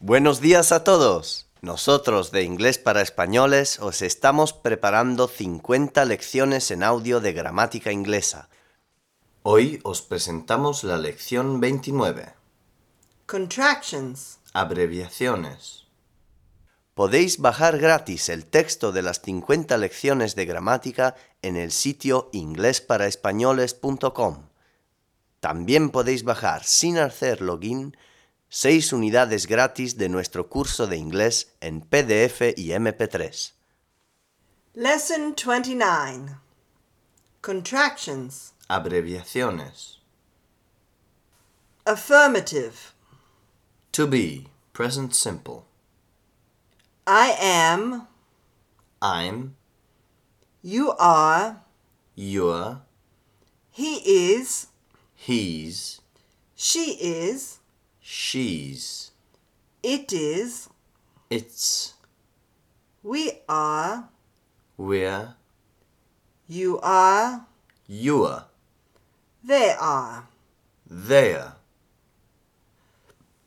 Buenos días a todos. Nosotros de Inglés para Españoles os estamos preparando 50 lecciones en audio de gramática inglesa. Hoy os presentamos la lección 29. Contractions. Abreviaciones. Podéis bajar gratis el texto de las 50 lecciones de gramática en el sitio inglesparaespañoles.com. También podéis bajar sin hacer login 6 unidades gratis de nuestro curso de inglés en PDF y MP3. Lesson 29. Contractions. Abreviaciones. Affirmative. To be, present simple. I am, I'm, you are, your, he is, he's, she is, she's, it is, it's, we are, we're, you are, you're, they are. there.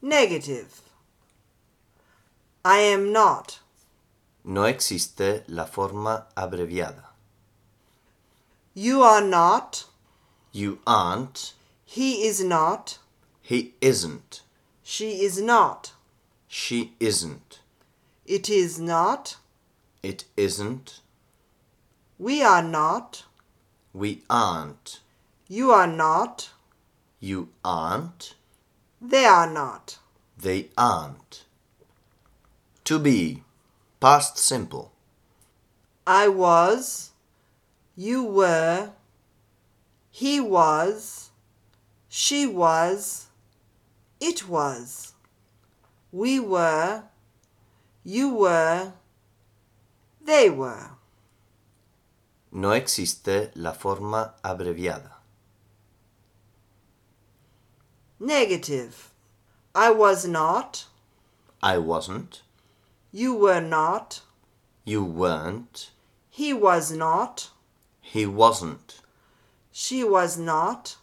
Negative. I am not. No existe la forma abreviada. You are not. You aren't, He is not. he isn't, She is not. she isn't, It is not. it isn't, We are not. we aren't, You are not. you aren't, They are not. they aren't. To be, past simple. I was, you were, he was, she was, it was, we were, you were, they were. No existe la forma abreviada. Negative. I was not, I wasn't, you were not, you weren't, he was not, he wasn't, she was not,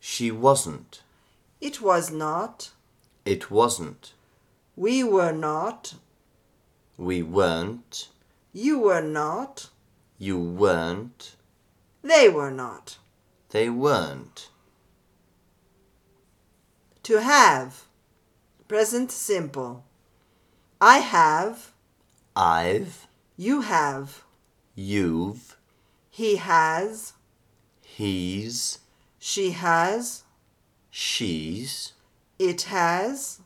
she wasn't, it was not, it wasn't, we were not, we weren't, you were not, you weren't, they were not. they weren't. To have. Present simple. I have, I've, you have, you've, he has, he's, she has, she's, it has,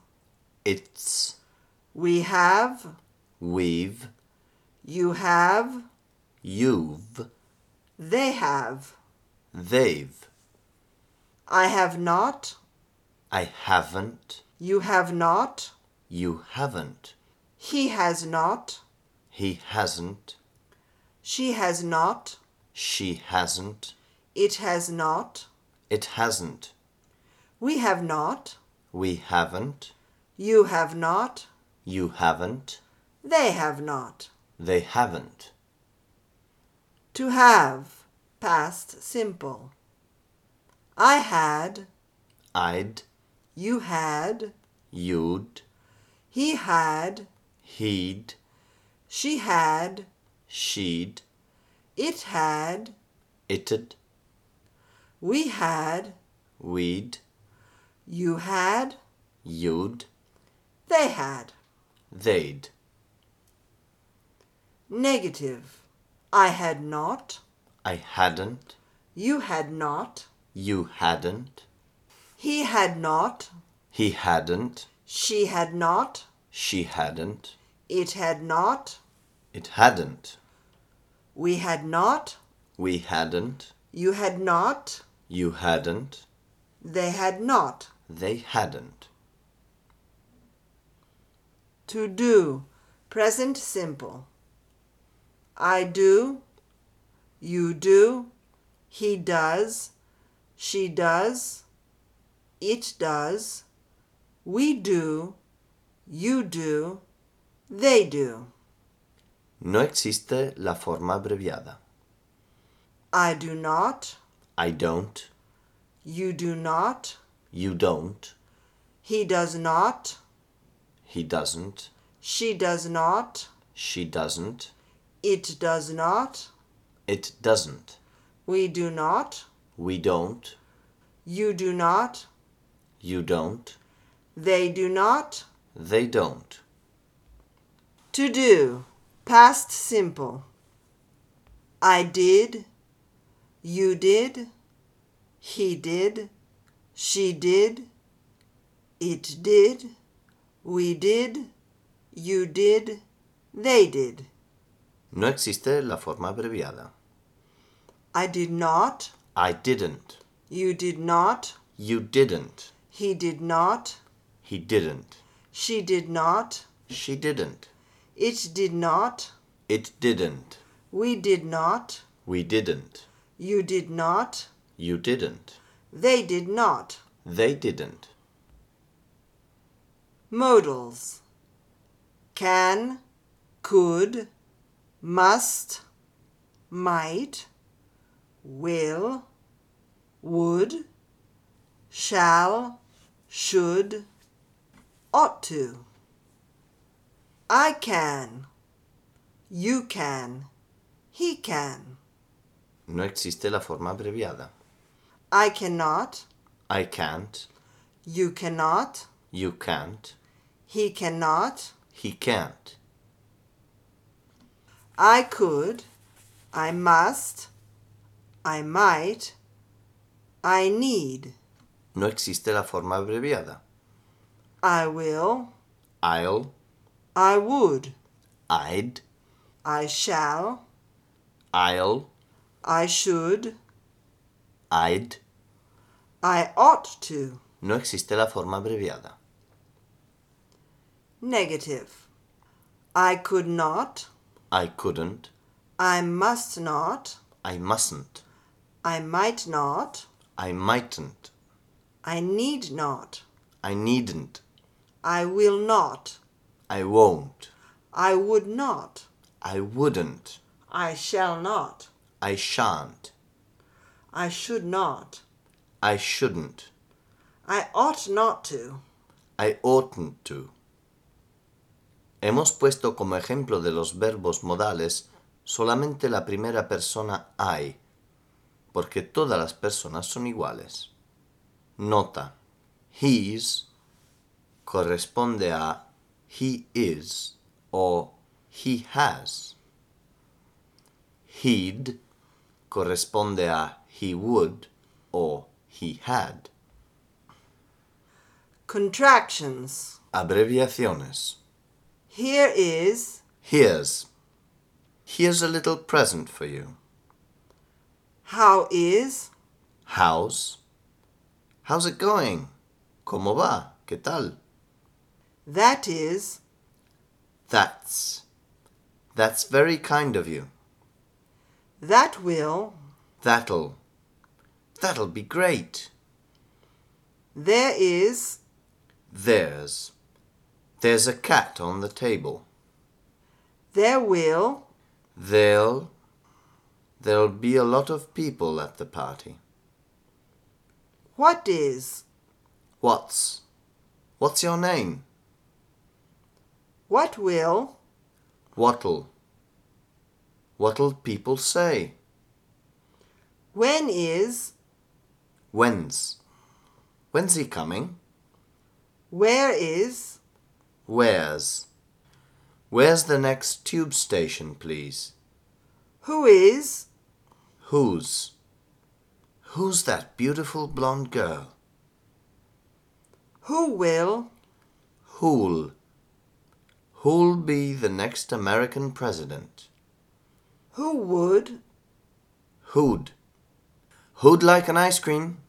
it's, we have, we've, you have, you've, they have. they've. I have not, I haven't, you have not, you haven't, he has not, he hasn't, she has not, she hasn't, it has not, it hasn't, we have not, we haven't, you have not, you haven't, they have not. they haven't. To have. Past simple. I had. I'd, You had. you'd, He had. he'd, She had. she'd, It had. it'd, We had. we'd, You had. you'd, They had. they'd. Negative. I had not. I hadn't, You had not. you hadn't, He had not. he hadn't, She had not. she hadn't, It had not. it hadn't, We had not. we hadn't, You had not. you hadn't, They had not. they hadn't. To do. Present simple. I do. You do. He does. She does. It does. We do. You do. They do. No existe la forma abreviada. I do not. I don't, You do not. you don't, He does not. He doesn't. She does not. She doesn't. It does not. It doesn't. We do not. We don't. You do not. You don't. They do not. They don't. To do. Past simple. I did. You did. He did. She did. It did. We did. You did. They did. No existe la forma abreviada. I did not. I didn't. You did not. You didn't. He did not. He didn't. She did not. She didn't. It did not. It didn't. We did not. We didn't. You did not. You didn't. They did not. They didn't. Modals. Can, could, must, might, will, would, shall, should, ought to. I can. You can. He can. No existe la forma abreviada. I cannot. I can't. You cannot. You can't. He cannot. He can't. I could, I must, I might, I need, No existe la forma abreviada. I will, I'll. I would, I'd. I shall, I'll. I should, I'd. I ought to. No existe la forma abreviada. Negative. I could not, I couldn't. I must not, I mustn't. I might not, I mightn't. I need not, I needn't. I will not, I won't. I would not, I wouldn't. I shall not, I shan't. I should not, I shouldn't. I ought not to. I oughtn't to. Hemos puesto como ejemplo de los verbos modales solamente la primera persona I, porque todas las personas son iguales. Nota: His corresponde a he is o he has. He'd corresponde a he would o he had. Contractions. Abreviaciones. Here is Here's. Here's a little present for you. how is How's? How's it going? ¿Cómo va? ¿Qué tal? that is That's. That's very kind of you. that will That'll. That'll be great. there is There's. There's a cat on the table. there will There'll. There'll be a lot of people at the party. what is What's. What's your name? what will What'll. What'll people say? when is When's? When's he coming? where is Where's? Where's the next tube station, please? who is Who's? Who's that beautiful blonde girl? who will Who'll? Who'll be the next American president? who would Who'd? Who'd like an ice cream?